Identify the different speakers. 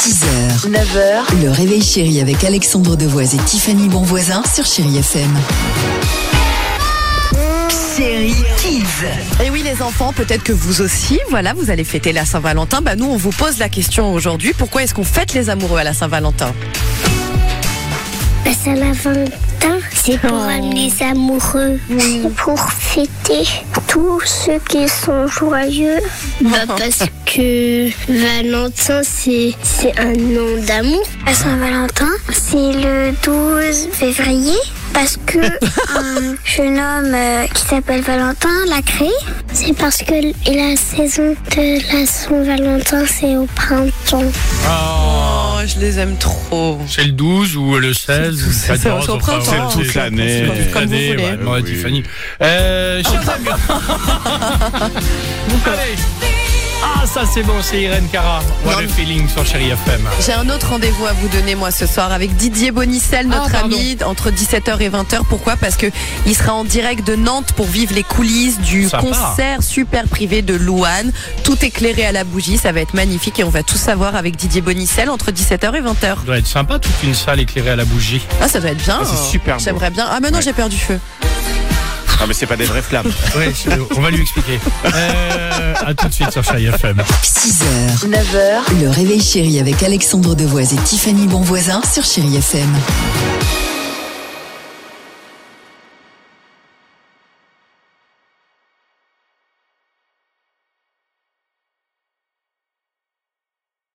Speaker 1: 6h, 9h, le réveil chéri avec Alexandre Devoise et Tiffany Bonvoisin sur Chéri FM. Chéri Kids.
Speaker 2: Et oui les enfants, peut-être que vous aussi, voilà, vous allez fêter la Saint-Valentin. Bah nous on vous pose la question aujourd'hui, pourquoi est-ce qu'on fête les amoureux à la Saint-Valentin
Speaker 3: Bah, ça la Valentin, c'est pour amener les amoureux, c'est pour fêter tous ceux qui sont joyeux. Bah, parce que Valentin, c'est c'est un nom d'amour. La Saint-Valentin, c'est le 12 février. Parce que un jeune homme euh, qui s'appelle Valentin l'a créé. C'est parce que l- la saison de la Saint-Valentin, c'est au printemps.
Speaker 2: Oh, je les aime trop.
Speaker 4: Ah, C'est le 12 ou le 16 ou
Speaker 2: C'est le
Speaker 4: 14,
Speaker 2: au
Speaker 4: enfin,
Speaker 2: printemps,
Speaker 4: ouais,
Speaker 2: hein,
Speaker 4: c'est-
Speaker 2: toute l'année.
Speaker 4: c'est toute
Speaker 2: Comme vous
Speaker 4: l'année,
Speaker 2: voulez.
Speaker 4: ouais, demande à
Speaker 5: Oui.
Speaker 4: Tiffany. Euh, je sais pas, mais- Allez. Ah, ça c'est bon, c'est Irène Cara. What a feeling sur Chéri FM.
Speaker 2: J'ai un autre rendez-vous à vous donner moi ce soir avec Didier Bonicel, notre
Speaker 4: Ah, pardon.
Speaker 2: ami, entre 17h et 20h. Pourquoi Parce que il sera en direct de Nantes pour vivre les coulisses du
Speaker 4: Sympa.
Speaker 2: concert super privé de Louane. Tout éclairé à la bougie, ça va être magnifique et on va tout savoir avec Didier Bonicel entre 17h et 20h.
Speaker 4: Ça doit être sympa, toute une salle éclairée à la bougie.
Speaker 2: Ah, ça doit être bien.
Speaker 5: Ah, c'est super beau.
Speaker 2: J'aimerais bien. Ah, mais non, j'ai peur du feu.
Speaker 5: Ah mais c'est pas des vraies flammes.
Speaker 4: Ouais, je- on va lui expliquer. Euh, à tout de suite sur Chéri FM.
Speaker 1: 6h, 9h, le réveil chéri avec Alexandre Devoise et Tiffany Bonvoisin sur Chéri FM.